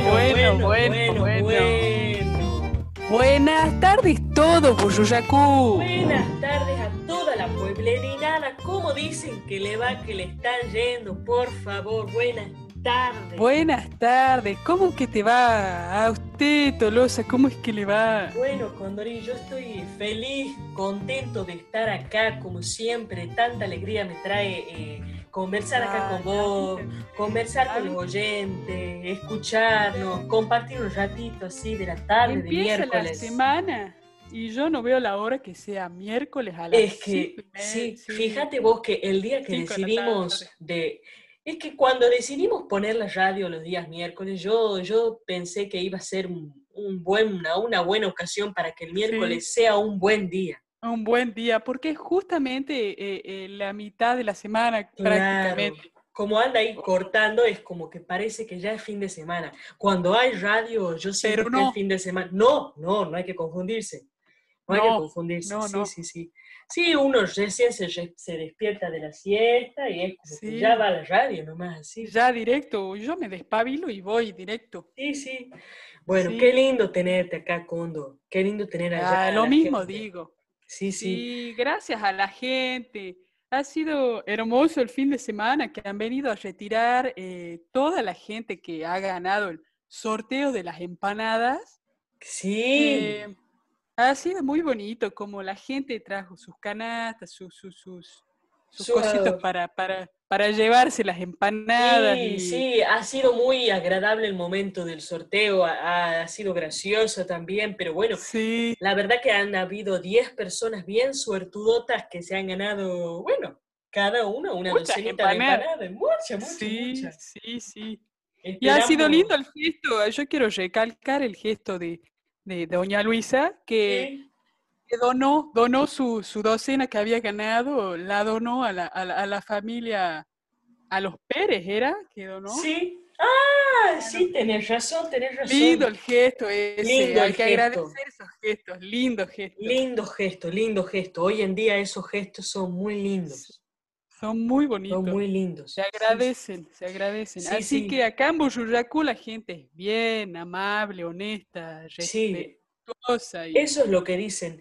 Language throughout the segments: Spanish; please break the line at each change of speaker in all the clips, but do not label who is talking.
bueno, bueno, bueno, Buenas tardes todo, Puyuyacú.
Buenas tardes a toda la pueblerinada. ¿Cómo dicen que le va, que le están yendo? Por favor, buenas tardes.
Buenas tardes. ¿Cómo que te va a usted, Tolosa? ¿Cómo es que le va?
Bueno, Condorín, yo estoy feliz, contento de estar acá, como siempre. Tanta alegría me trae eh, conversar acá
Ay,
con vos, conversar con los oyentes, escucharnos, compartir un ratito así de la tarde, de
Empieza la
miércoles.
semana y yo no veo la hora que sea miércoles a las
Es que,
cinco y media,
sí,
sí.
fíjate vos que el día que
Cinco de la
decidimos
tarde.
de... Es que cuando decidimos poner la radio los días miércoles, yo, yo pensé que iba a ser un, un buen, una, una buena ocasión para que el miércoles sea un buen día.
Un buen día, porque es justamente eh, eh, la mitad de la semana
Claro.
prácticamente.
Como anda ahí cortando, es como que parece que ya es fin de semana. Cuando hay radio, yo siento
Pero
que
no.
es fin de semana. No, no, no hay que confundirse. No, hay
No,
que confundirse.
no,
sí,
no.
sí, sí. Sí, uno recién se, re- se despierta de la siesta y es como
Sí.
que ya va a la radio nomás, así.
Ya directo, yo me despabilo y voy directo.
Sí, sí. Bueno,
Sí.
qué lindo tenerte acá, Condo. Qué lindo tener allá.
Ah,
a
lo
la
mismo
gente.
digo.
Sí, sí.
Sí, gracias a la gente. Ha sido hermoso el fin de semana que han venido a retirar eh, toda la gente que ha ganado el sorteo de las empanadas.
Sí.
Eh, ha sido muy bonito como la gente trajo sus canastas, sus, sus, sus, sus
Sus
cositas
ador-
para, para, para llevarse las empanadas.
Sí,
y-
sí, ha sido muy agradable el momento del sorteo, ha, ha sido gracioso también, pero bueno,
sí,
la verdad que han habido 10 personas bien suertudotas que se han ganado, bueno, cada una una
Muchas
docenita de
empanadas.
empanadas, muchas, muchas,
sí,
muchas.
sí, sí. Y ha sido lindo el gesto. Yo quiero recalcar el gesto de, de Doña Luisa, que,
Sí,
que donó, donó su, su docena que había ganado, la donó a la, a la, a la familia, a los Pérez, ¿era? Que donó.
sí. Ah, sí, tenés razón, tenés razón.
Lindo el gesto ese.
Lindo
Hay
el
que
gesto.
agradecer esos gestos, lindos gestos.
Lindo gesto, lindo gesto. Hoy en día esos gestos son muy lindos,
Son muy bonitos.
son muy lindos.
Se
Sí, sí,
agradecen, se agradecen.
Sí,
Así
sí.
que acá en Boyuracú la gente es bien, amable, honesta, este,
Sí,
respetuosa. y-
Eso es lo que dicen.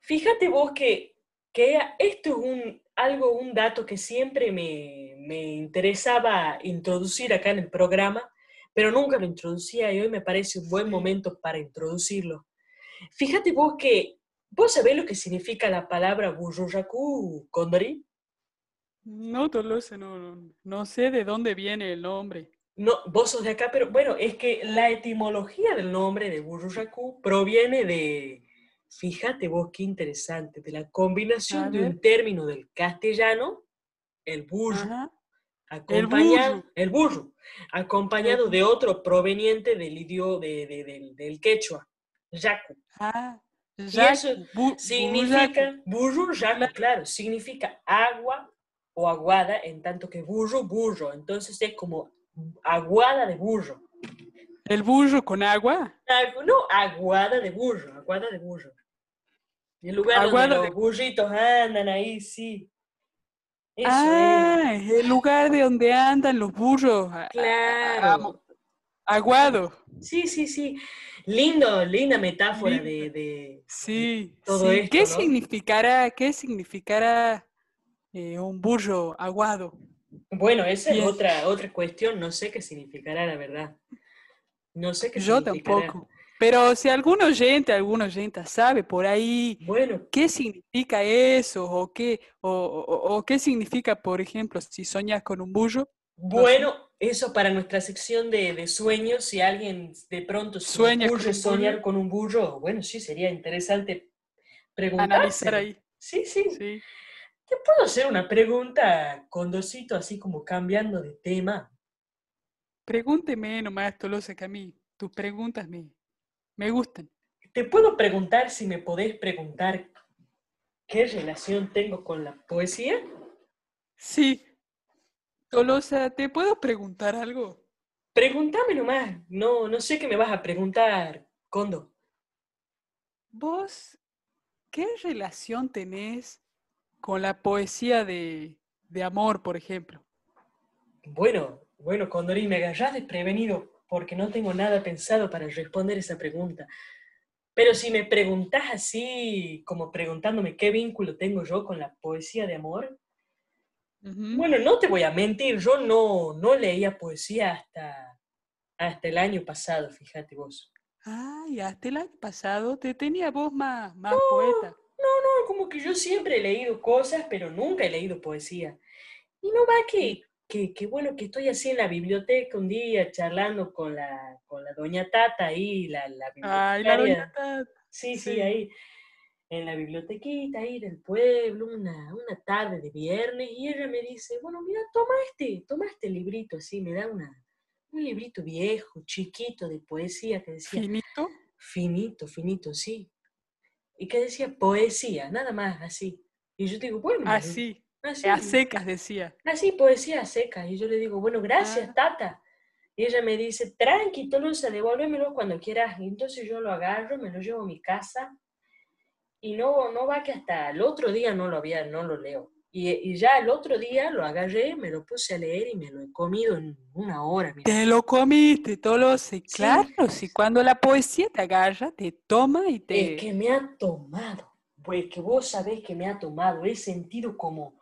Fíjate vos que, que esto es un, algo, un dato que siempre me, me interesaba introducir acá en el programa, pero nunca lo introducía y hoy me parece un buen
Sí.
momento para introducirlo. Fíjate vos que, ¿vos sabés lo que significa la palabra burruracu, Condori?
No, Tolosa, no, no, no sé de dónde viene el nombre.
No, vos sos de acá, pero bueno, es que la etimología del nombre de Bururacú proviene de, fíjate vos qué interesante, de la combinación
A
de
ver.
un término del castellano, el burro,
Ajá.
acompañado,
burro.
el burro, acompañado de otro proveniente del idioma de, de- del, del quechua, yacu.
Ah,
eso
yacu, bu- buyacu.
Significa, burro, yacu,
Claro.
claro, significa agua o aguada, en tanto que burro, burro. Entonces es como aguada de burro.
¿El burro con agua?
Agu- No, aguada de burro, aguada de burro. El lugar
Aguada
donde
de-
los burritos andan ahí, sí. Eso
ah, es el lugar de donde andan los burros. a- a- a-
Claro.
Aguado.
es. Sí, sí, sí. Lindo, linda metáfora de, de-
Sí.
Todo
sí.
esto,
¿Qué
¿no?
significará, qué significará eh, un burro aguado?
Bueno, esa es
Bien.
otra, otra cuestión, no sé qué significará, la verdad. No sé qué
Yo
significará.
tampoco. Pero si algún oyente, alguna oyenta sabe por ahí
Bueno,
¿Qué significa eso? ¿O qué, o, o- o qué significa, por ejemplo, si soñas con un bullo?
Bueno, eso para nuestra sección de, de sueños, si alguien de pronto se le
Sueña con
ocurre
un burro.
soñar con un burro, bueno, sí, sería interesante
Analizar
preguntárselo.
ahí.
Sí, sí.
Sí.
¿Te puedo hacer una pregunta, Condorcito, así como cambiando de tema?
Pregúnteme nomás, Tolosa, que a mí tus preguntas me, me gustan.
¿Te puedo preguntar si me podés preguntar qué relación tengo con la poesía?
Sí. Tolosa, ¿te puedo preguntar algo?
Pregúntame nomás, no, no sé qué me vas a preguntar, Condo.
¿Vos qué relación tenés con la poesía de, de amor, por ejemplo?
Bueno, bueno, Condorín, me agarrás desprevenido. porque no tengo nada pensado para responder esa pregunta. Pero si me preguntas así, como preguntándome qué vínculo tengo yo con la poesía de amor, uh -huh. bueno, no te voy a mentir, yo no, no leía poesía hasta, hasta el año pasado, fíjate vos.
Ay, hasta el año pasado te tenía vos más,
Uh,
más no, poeta.
No, no, como que yo siempre he leído cosas, pero nunca he leído poesía. Y no va que, que, que, bueno que estoy así en la biblioteca un día charlando con la, con la doña Tata ahí, la, la bibliotecaria. Ay, la doña Tata. Sí, sí, sí, ahí. En la bibliotequita ahí del pueblo, una, una tarde de viernes, y ella me dice, bueno, mira, toma este, toma este librito así, me da una, un librito viejo, chiquito de poesía que decía.
¿Finito?
Finito, finito, sí. Y que decía poesía, nada más, así. Y yo digo, bueno.
Así. así Ah, a secas, decía.
Así, Ah, poesía a secas. Y yo le digo, bueno, gracias, ah. Tata. Y ella me dice, tranqui, Tolosa, devuélvemelo cuando quieras. Y entonces yo lo agarro, me lo llevo a mi casa. Y no, no va que hasta el otro día no lo había, no lo leo. Y, y, ya el otro día lo agarré, me lo puse a leer y me lo he comido en una hora.
Mira. Te lo comiste, todo sí. Claro, si sí, cuando la poesía te agarra, te toma y te...
Es que me ha tomado, pues que vos sabés que me ha tomado. He sentido como,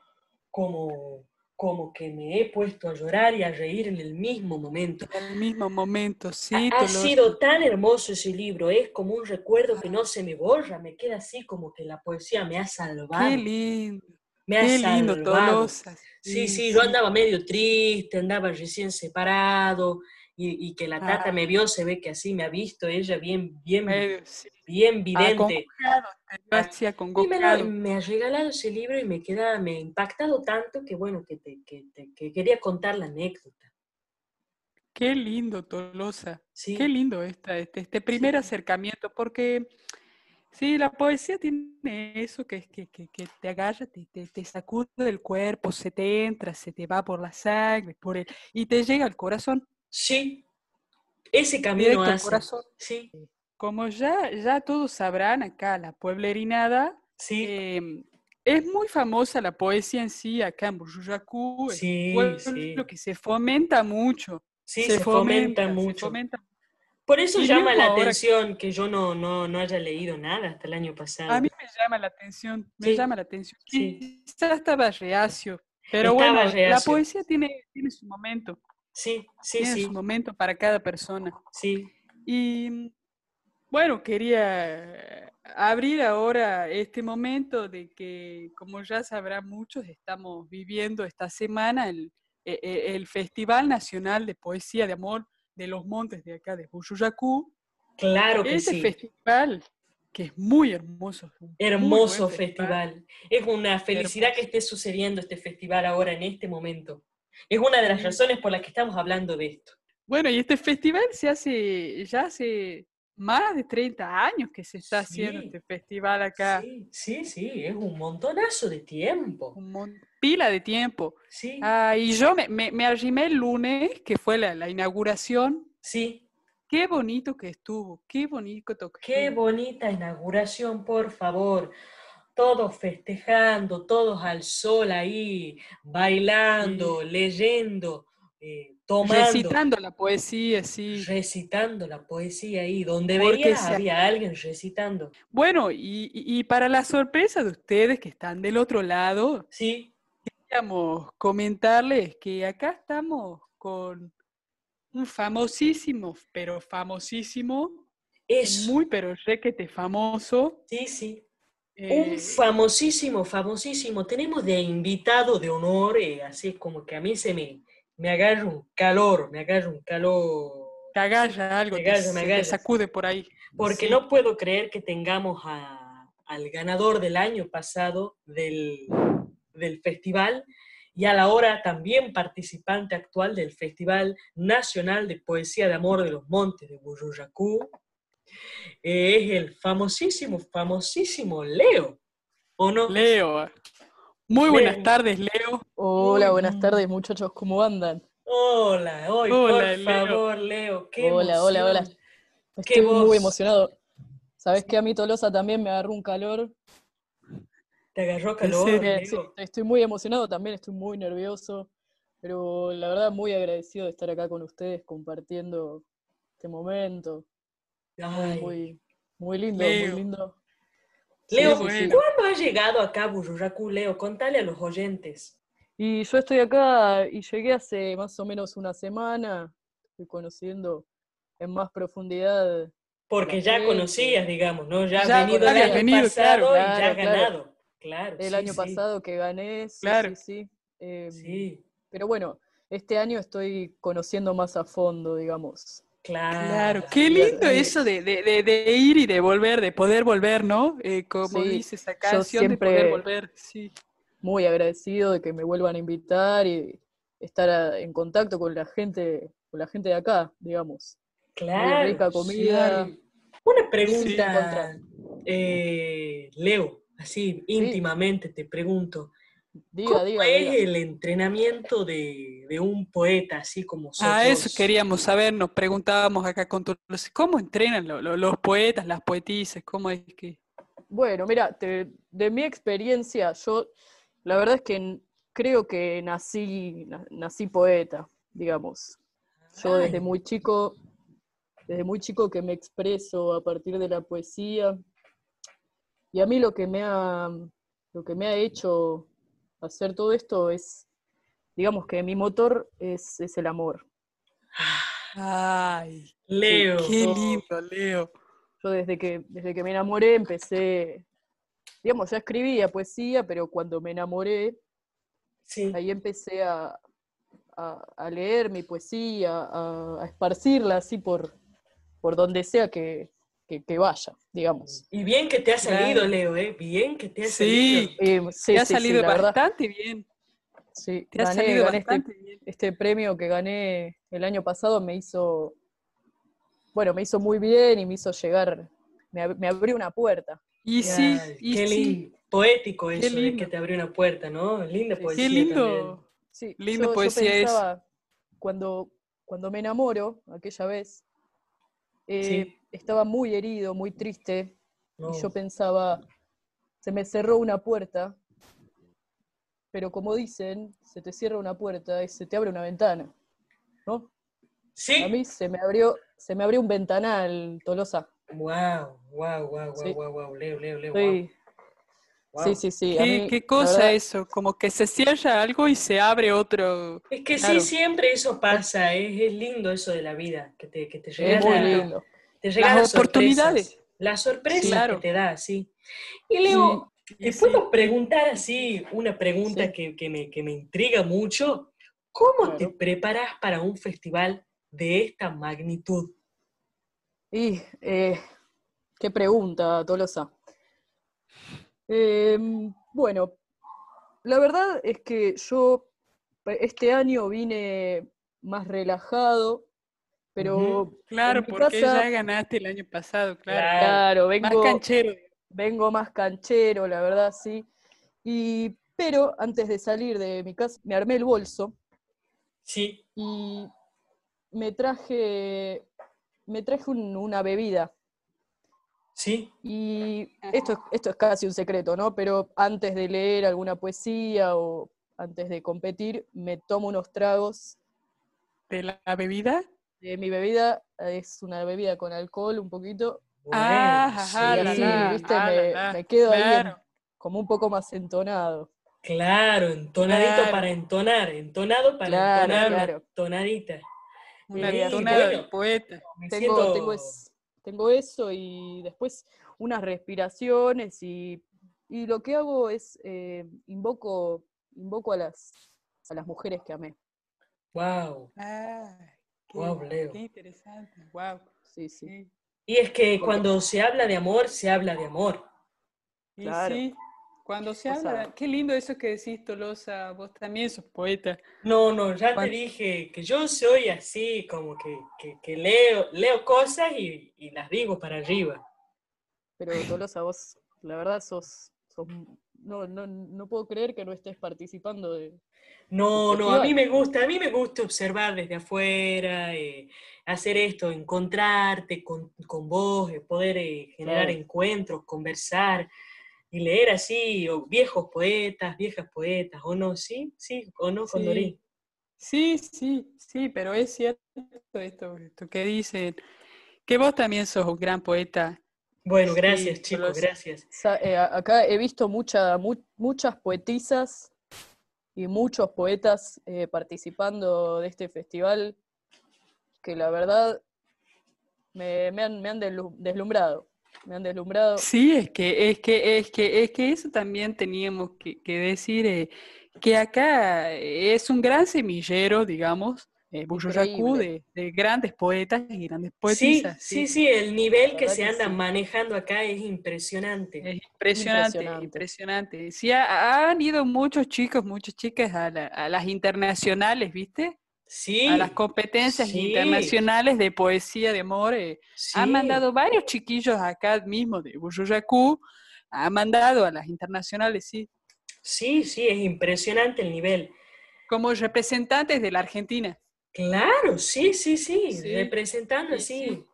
como, como que me he puesto a llorar y a reír en el mismo momento.
En el mismo momento, sí.
Ha, ha sido tan hermoso ese libro, es como un recuerdo que no se me borra, me queda así como que la poesía me ha salvado.
Qué lindo.
Me ha Qué lindo, salvado. Sí, sí, sí, yo andaba medio triste, andaba recién separado y, y que la tata ah. me vio, se ve que así me ha visto ella bien, bien, medio, sí. bien vidente.
Gracias, con
me, lo, me ha regalado ese libro y me queda, me ha impactado tanto que bueno, que, te, que, te, que quería contar la anécdota.
Qué lindo, Tolosa. Sí. Qué lindo esta, este, este primer acercamiento, porque Sí, la poesía tiene eso que, que, que, que te agarra, te, te, te, sacude del cuerpo, se te entra, se te va por la sangre, por el, y te llega al corazón.
Sí, ese camino hace. Al Eh,
corazón.
Sí.
Como ya, ya todos sabrán acá, la pueblerinada,
sí.
Eh, es muy famosa la poesía en sí acá en Buyuyacú, sí, es pueblo sí. pues, que se fomenta mucho.
Sí, se, se fomenta, fomenta, mucho. Se fomenta mucho. Por eso y llama la atención que... que yo no, no, no, haya leído nada hasta el año pasado.
A mí me llama la atención, me sí. llama la atención. Sí. Quizás estaba reacio, pero
estaba
bueno,
reacio.
la poesía tiene, tiene su momento.
Sí, sí,
tiene
sí.
su momento para cada persona.
Sí.
Y bueno, quería abrir ahora este momento de que, como ya sabrán muchos, estamos viviendo esta semana el, el, el Festival Nacional de Poesía de Amor de los montes de acá de Buyuyacú.
Claro que
Ese
sí.
festival que es muy hermoso.
Hermoso, hermoso festival. festival. Es una felicidad hermoso. que esté sucediendo este festival ahora en este momento. Es una de las razones por las que estamos hablando de esto.
Bueno, y este festival se hace ya hace más de 30 años que se está sí. haciendo este festival acá.
Sí, sí, sí, es un montonazo de tiempo.
Un montón pila de tiempo.
Sí.
Ah, y yo me, me, me arrimé el lunes, que fue la, la, inauguración.
Sí.
Qué bonito que estuvo, qué bonito toque.
Qué bonita inauguración, por favor. Todos festejando, todos al sol ahí, bailando, sí. leyendo, eh, tomando.
Recitando la poesía, sí.
Recitando la poesía ahí, donde veías se... había alguien recitando.
Bueno, y, y para la sorpresa de ustedes que están del otro lado,
sí
queríamos comentarles que acá estamos con un famosísimo, pero famosísimo,
Eso.
muy pero requete famoso.
Sí, sí. Eh, un famosísimo, famosísimo. Tenemos de invitado de honor, eh, así como que a mí se me, me agarra un calor, me agarra un calor.
Te agarra algo,
me agarra,
te,
me agarra.
te sacude por ahí.
Porque sí. no puedo creer que tengamos a, al ganador del año pasado del, del festival y a la hora también participante actual del Festival Nacional de Poesía de Amor de los Montes de Buyuyacú, eh, es el famosísimo, famosísimo Leo, ¿o no?
Leo. ah. Muy Leo. buenas tardes, Leo.
Hola, buenas tardes, muchachos, ¿cómo andan?
Hola, hoy, hola, por Leo. favor, Leo. Qué
hola,
emoción.
hola, hola. Estoy muy voz? emocionado. ¿Sabes que a mí Tolosa también me agarró un calor? Eh,
Te agarró calor. Sí,
sí, estoy muy emocionado también, estoy muy nervioso, pero la verdad muy agradecido de estar acá con ustedes compartiendo este momento.
Ay.
Muy, muy lindo,
Leo.
muy lindo.
Leo,
Sí, sí, sí.
¿cuándo ha llegado acá Bururacú, Leo? Contale a los oyentes.
Y yo estoy acá y llegué hace más o menos una semana, estoy conociendo en más profundidad.
Porque ya
Sí.
conocías, digamos, ¿no? Ya has
Ya
venido el
habías
año
venido,
pasado
claro,
y ya has
claro, claro.
ganado. Claro.
El
sí,
año
sí,
pasado que gané, sí,
Claro.
sí, sí. Em,
Sí,
Pero bueno, este año estoy conociendo más a fondo, digamos. Ah,
claro.
Claro, qué lindo eso de, de- de- de ir y de volver, de poder volver, ¿no? Eh, como
Sí,
dice esa
yo
canción, de
siempre-
poder volver. Sí,
Muy agradecido de que me vuelvan a invitar y estar a- en contacto con la gente, con la gente de acá, digamos.
Claro.
rica comida.
sí. Una
encontrar.
pregunta, eh, Leo, así íntimamente te pregunto.
Diga,
¿Cómo
diga,
es
diga.
el entrenamiento de, de un poeta así como sos
a Ah, eso
vos?
queríamos saber, nos preguntábamos acá con todos, ¿cómo entrenan lo- lo- los poetas, las poetisas? ¿Cómo es que...?
Bueno, mira, te- de mi experiencia, yo la verdad es que n- creo que nací, na- nací poeta, digamos. Yo
Ay.
desde muy chico, desde muy chico que me expreso a partir de la poesía. Y a mí lo que me ha, lo que me ha hecho hacer todo esto es, digamos que mi motor es, es el amor.
Ay,
Leo,
qué lindo, Leo.
Yo desde que, desde que me enamoré empecé, digamos, ya escribía poesía, pero cuando me enamoré
sí,
ahí empecé a, a- a leer mi poesía, a, a esparcirla así por, por donde sea que, que- que vaya, digamos.
Y bien que te ha
Claro.
salido, Leo, ¿eh? Bien que te ha
Sí.
salido.
Eh, sí,
Te ha
sí, sí,
salido
la verdad,
bastante bien.
sí,
Te ha
gané-
salido
gané este,
bastante bien.
este premio que gané el año pasado, me hizo, bueno, me hizo muy bien y me hizo llegar, me, ab- me abrió una puerta.
Y sí,
Ay,
y
qué
sí.
lindo. Poético eso, de que
lindo.
te abrió una puerta, ¿no? Linda
Sí,
poesía.
Qué lindo.
Sí,
Linda
yo- yo,
poesía es.
pensaba, cuando, cuando me enamoro, aquella vez, eh,
Sí.
estaba muy herido, muy triste,
también.
Y
Oh.
No.
yo pensaba, se me cerró una puerta, pero como dicen, se te cierra una puerta y se te abre una ventana, ¿no?
Sí.
A mí se me abrió, se me abrió un ventanal, Tolosa.
Wow, wow, wow, wow,
Sí.
wow, wow, Leo, Leo, Leo. wow,
Sí,
wow.
sí, sí, sí. a
Qué,
mí,
qué
la
cosa
verdad,
eso, como que se cierra algo y se abre otro.
Es que
Claro.
sí, siempre eso pasa, es, es lindo eso de la vida, que te, que te
Es
regalan,
muy lindo.
te regalan
Las oportunidades.
sorpresas, Las sorpresas
Sí, claro.
que te da, sí. Y Leo, ¿te
Y sí.
puedo preguntar así una pregunta
Sí.
que, que me, que me intriga mucho? ¿Cómo te
Claro.
preparas para un festival de esta magnitud?
Y eh, qué pregunta, Tolosa. Eh, bueno, la verdad es que yo este año vine más relajado, pero
Ujú.
Claro,
en mi
porque
casa-
ya ganaste el año pasado, claro.
Claro.
Claro,
Más
vengo,
canchero.
vengo más canchero, la verdad, sí. Y, pero antes de salir de mi casa, me armé el bolso
Sí,
y me traje, me traje un- una bebida.
sí,
Y esto, es- esto es casi un secreto, ¿no? Pero antes de leer alguna poesía o antes de competir, me tomo unos tragos
¿De la la bebida?
de mi bebida. Es una bebida con alcohol un poquito.
bueno,
Ah, ajá,
Y
la,
así,
sí.
la,
viste,
ah,
me,
la, la.
me quedo ahí en-
Claro.
como un poco más entonado.
Claro, entonadito
Claro.
para entonar, entonado para
Claro,
entonar,
claro.
una tonadita.
Una
Sí,
tonada
bueno.
de poeta.
Me
Tengo,
siento-
tengo, es- tengo eso y después unas respiraciones y, y lo que hago es eh, invoco, invoco a, las, a las mujeres que amé.
Wow.
Ah, qué,
Guau, Leo.
qué interesante. Wow.
Sí, sí.
Sí.
Y es que
Porque-
cuando se habla de amor, se habla de amor.
Y
Claro.
sí, cuando se
O
habla,
sea-
qué lindo eso que decís, Tolosa, vos también sos poeta.
No, no, ya te
Cuan-
dije que yo soy así, como que, que- que leo, leo cosas y, y las digo para arriba.
Pero Tolosa, vos, la verdad, sos... sos- no, no, no puedo creer que no estés participando de...
No, no, a mí
Festival.
me gusta, a mí me gusta observar desde afuera, eh, hacer esto, encontrarte con, con vos, eh, poder eh, generar
Claro.
encuentros, conversar y leer así, o viejos poetas, viejas poetas, o no, sí, sí, o no,
Sí.
Condorín.
Sí, sí, sí, pero es cierto esto, esto que dicen, que vos también sos un gran poeta.
Bueno, gracias sí, chicos, los... gracias.
Eh, acá he visto mucha, mu muchas poetisas y muchos poetas eh, participando de este festival, que la verdad me, me, han, me han deslumbrado me han deslumbrado.
Sí, es que, es que, es que, es que eso también teníamos que, que decir, eh, que acá es un gran semillero, digamos, eh, Buyoyacú, de, de, grandes poetas y grandes poetisas.
Sí, sí, sí, el nivel que se anda que sí. manejando acá es impresionante.
Es impresionante, impresionante. impresionante. Sí, ha, han ido muchos chicos, muchas chicas a, la, a las internacionales, ¿viste?
Sí,
a las competencias sí. internacionales de poesía de amor. Eh. Sí. Han mandado varios chiquillos acá mismo de Buyuyacú, ha mandado a las internacionales, sí.
Sí, sí, es impresionante el nivel.
Como representantes de la Argentina.
Claro, sí, sí, sí, representando así.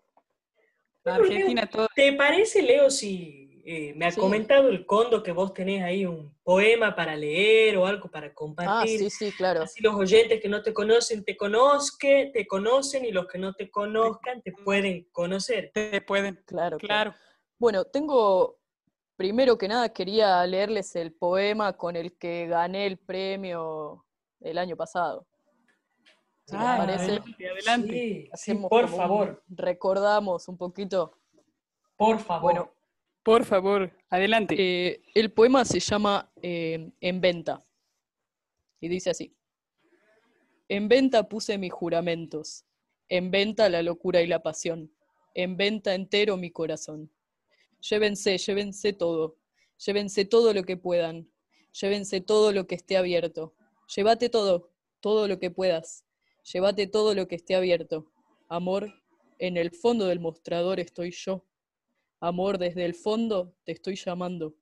La Argentina
Leo, todo. ¿Te parece, Leo, si eh, me ha comentado el condo que vos tenés ahí un poema para leer o algo para compartir.
Ah, sí, sí, claro.
Así los oyentes que no te conocen te conozcan, te conocen y los que no te conozcan te pueden conocer.
Te pueden, claro, claro. claro.
Bueno, tengo, primero que nada, quería leerles el poema con el que gané el premio el año pasado.
Si ah, parece, adelante.
Sí, Hacemos por favor.
Un, recordamos un poquito.
Por favor. Bueno,
por favor, adelante.
Eh, el poema se llama eh, En venta y dice así. En venta puse mis juramentos, en venta la locura y la pasión, en venta entero mi corazón. Llévense, llévense todo, llévense todo lo que puedan, llévense todo lo que esté abierto, llévate todo, todo lo que puedas, llévate todo lo que esté abierto. Amor, en el fondo del mostrador estoy yo. Amor, desde el fondo te estoy llamando.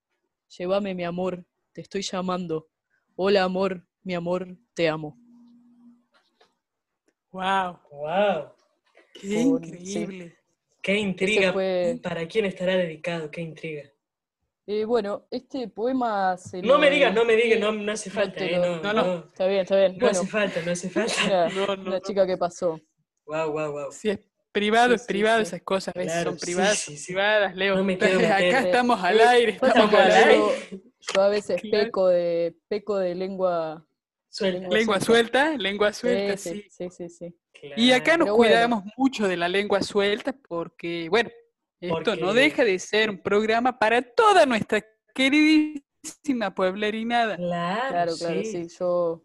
Llévame, mi amor, te estoy llamando. Hola, amor, mi amor, te amo.
¡Wow!
¡Wow!
¡Qué Con, increíble!
Sí. ¡Qué intriga! Fue... ¿Para quién estará dedicado? ¡Qué intriga!
Eh, bueno, este poema se
No lo... me digas, no me digas, no, no hace falta. No,
lo...
eh, no, no, no,
Está bien, está bien.
No bueno, hace falta, no hace falta.
La, la chica que pasó.
¡Wow, wow, wow!
Sí, privado, sí, es privado sí, esas cosas, a veces claro, son privadas, sí, privadas, Leo. No me quiero meter. Acá estamos al aire, estamos al aire.
¿eh?
Yo, yo a veces claro. peco de peco de lengua
suelta. Lengua suelta, lengua suelta, sí.
Sí, sí, sí.
Claro. Y acá nos Pero cuidamos bueno. mucho de la lengua suelta porque, bueno, esto porque... no deja de ser un programa para toda nuestra queridísima pueblerinada.
Claro,
claro, claro sí. yo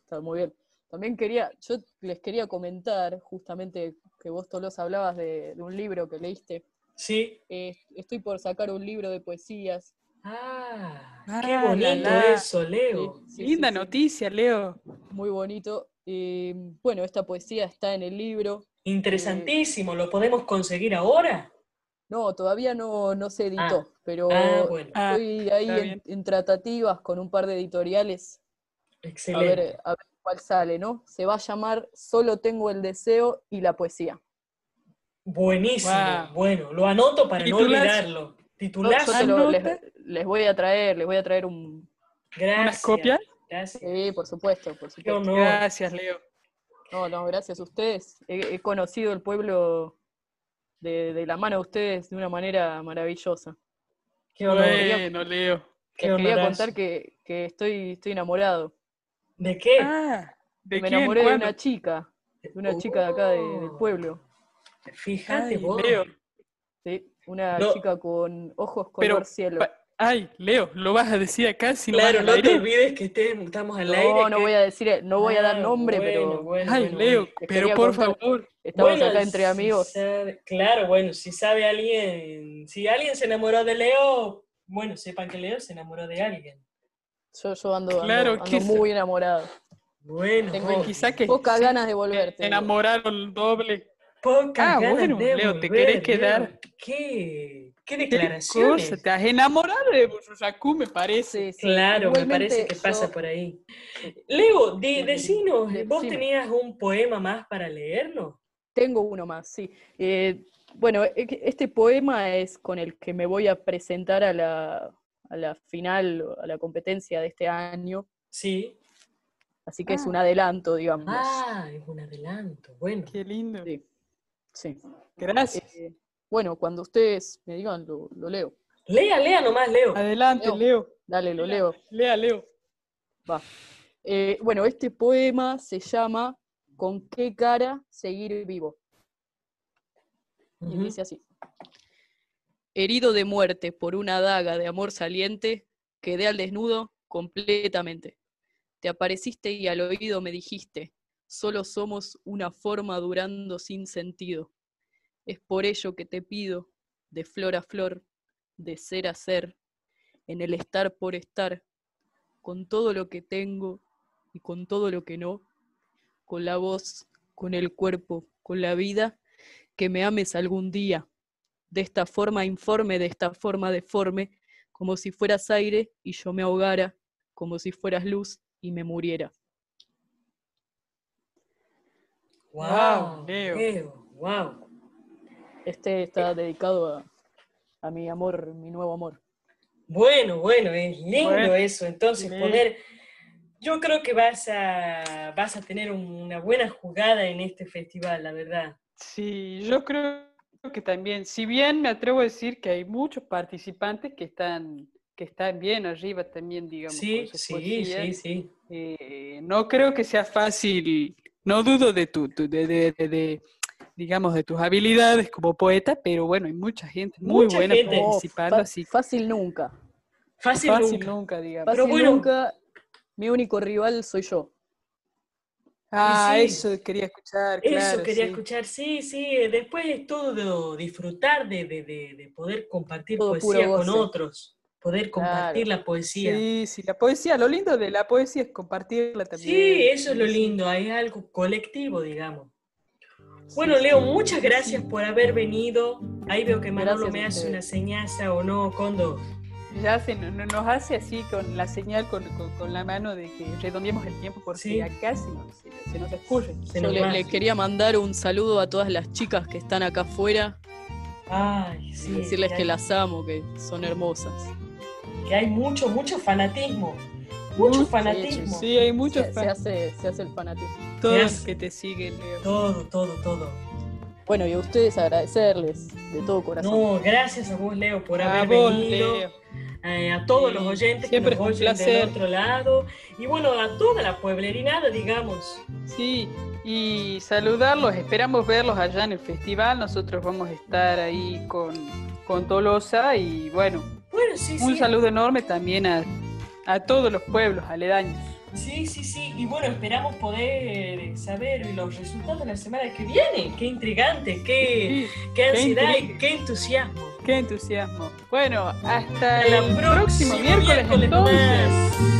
está muy bien. También quería, yo les quería comentar justamente que vos, Tolosa, hablabas de, de, un libro que leíste.
Sí.
Eh, estoy por sacar un libro de poesías.
Ah, qué ah, bonito la, eso, Leo.
Sí, sí, Linda sí, noticia, Leo.
Muy bonito. Eh, bueno, esta poesía está en el libro.
Interesantísimo, eh, ¿lo podemos conseguir ahora?
No, todavía no, no se editó, ah, pero ah, bueno. estoy ahí en, en, tratativas con un par de editoriales.
Excelente.
A ver, eh, a ver cuál sale, ¿no? Se va a llamar Solo tengo el deseo y la poesía.
Buenísimo, wow. bueno, lo anoto para ¿Titulazo? no olvidarlo. Titulazo.
No, lo, les, les, voy a traer, les voy a traer un,
gracias, unas copias.
Gracias. Sí, por supuesto, por supuesto.
No. Gracias, Leo.
No, no, gracias a ustedes. He, he conocido el pueblo de, de, la mano de ustedes de una manera maravillosa.
Qué bueno, Leo.
Qué les quería contar que, que estoy, estoy enamorado.
¿De qué?
Ah, ¿de
me enamoré quién? de una chica, de una oh. chica de acá de, del pueblo.
Fíjate, vos.
Leo.
Sí, una no. chica con ojos color Pero, cielo.
Ay, Leo, lo vas a decir acá si
claro,
no
no te olvides que estamos al
no,
aire.
No,
que... Ah,
no voy a decir, no voy a dar nombre,
bueno,
pero.
Bueno, ay, bueno, Leo, pero por contar. favor.
Estamos acá entre amigos.
Si sabe, claro, bueno, si sabe alguien, si alguien se enamoró de Leo, bueno, sepan que Leo se enamoró de alguien.
Yo, yo ando, claro, ando, ando muy enamorado.
Bueno,
tengo quizás que pocas sí, ganas de volverte.
Te enamoraron doble.
Pocas ah, ganas bueno, de
Leo, volver, te querés quedar. Leo,
¿Qué? ¿Qué declaraciones? ¿Qué cosa?
Te has enamorado de Bursaku, me parece.
Sí, claro, Igualmente, me parece que pasa yo... por ahí. Leo, de, decinos, ¿vos tenías un poema más para leernos?
Tengo uno más, sí. Eh, bueno, este poema es con el que me voy a presentar a la, a la final, a la competencia de este año.
Sí.
Así que ah. es un adelanto, digamos.
Ah, es un adelanto, bueno.
Qué lindo.
Sí. sí.
Gracias. Eh,
bueno, cuando ustedes me digan, lo, lo, leo.
Lea, lea nomás, Leo.
Adelante, Leo. leo.
Dale, lo
lea,
leo.
Lea, Leo.
Va. Eh, bueno, este poema se llama ¿Con qué cara seguir vivo? Y uh -huh. dice así. Herido de muerte por una daga de amor saliente, quedé al desnudo completamente. Te apareciste y al oído me dijiste, solo somos una forma durando sin sentido. Es por ello que te pido, de flor a flor, de ser a ser, en el estar por estar, con todo lo que tengo y con todo lo que no, con la voz, con el cuerpo, con la vida, que me ames algún día, de esta forma informe, de esta forma deforme, como si fueras aire y yo me ahogara, como si fueras luz y me muriera.
Wow, Leo. Leo wow.
Este está dedicado a, a, mi amor, mi nuevo amor.
Bueno, bueno, es lindo bueno, eso. Entonces, bien. poder. Yo creo que vas a, vas a tener una buena jugada en este festival, la verdad.
Sí, yo creo que también, si bien me atrevo a decir que hay muchos participantes que están, que están bien arriba también, digamos.
Sí, sí, poesías, sí, sí.
Eh, no creo que sea fácil, no dudo de tu, tu de, de, de, de digamos, de tus habilidades como poeta, pero bueno, hay mucha gente muy mucha buena gente. participando. Oh, así.
Fácil nunca.
Fácil,
fácil nunca. nunca. digamos.
Fácil pero bueno, nunca, mi único rival soy yo.
Ah, sí, eso quería escuchar.
Eso
claro,
quería sí. escuchar, sí, sí. Después es todo de disfrutar de, de, de, de, poder compartir todo poesía con otros, poder compartir claro. la poesía.
Sí, sí, la poesía, lo lindo de la poesía es compartirla también.
Sí, eso es lo lindo, es algo colectivo, digamos. Bueno, Leo, muchas gracias por haber venido. Ahí veo que Manolo gracias, me hace una señaza o no, Condo.
Ya se, nos hace así con la señal, con, con, con la mano de que redondeemos el tiempo porque sí. acá se nos, se, se nos escurre. Se
nos le, le, quería mandar un saludo a todas las chicas que están acá afuera.
Ay, sí,
y decirles que, hay, que las amo, que son hermosas.
Que hay mucho, mucho fanatismo. Mucho, mucho fanatismo.
Sí, hay mucho
se, se, hace, se hace el fanatismo.
Todos que te siguen. eh, Leo.
Todo, todo, todo.
Bueno, y a ustedes agradecerles de todo corazón.
No, gracias a vos, Leo, por a haber vos, venido. Leo. Eh, a todos sí, los oyentes siempre que nos oyen del otro lado y bueno, a toda la pueblerinada, digamos.
Sí, y saludarlos, esperamos verlos allá en el festival, nosotros vamos a estar ahí con, con Tolosa y bueno,
bueno sí,
un
sí.
saludo enorme también a, a todos los pueblos aledaños.
Sí, sí, sí. Y bueno, esperamos poder saber los resultados la semana que viene. Qué intrigante, qué, sí, qué ansiedad qué y qué entusiasmo.
Qué entusiasmo. Bueno, hasta el, el próximo, próximo, miércoles, miércoles entonces. Más.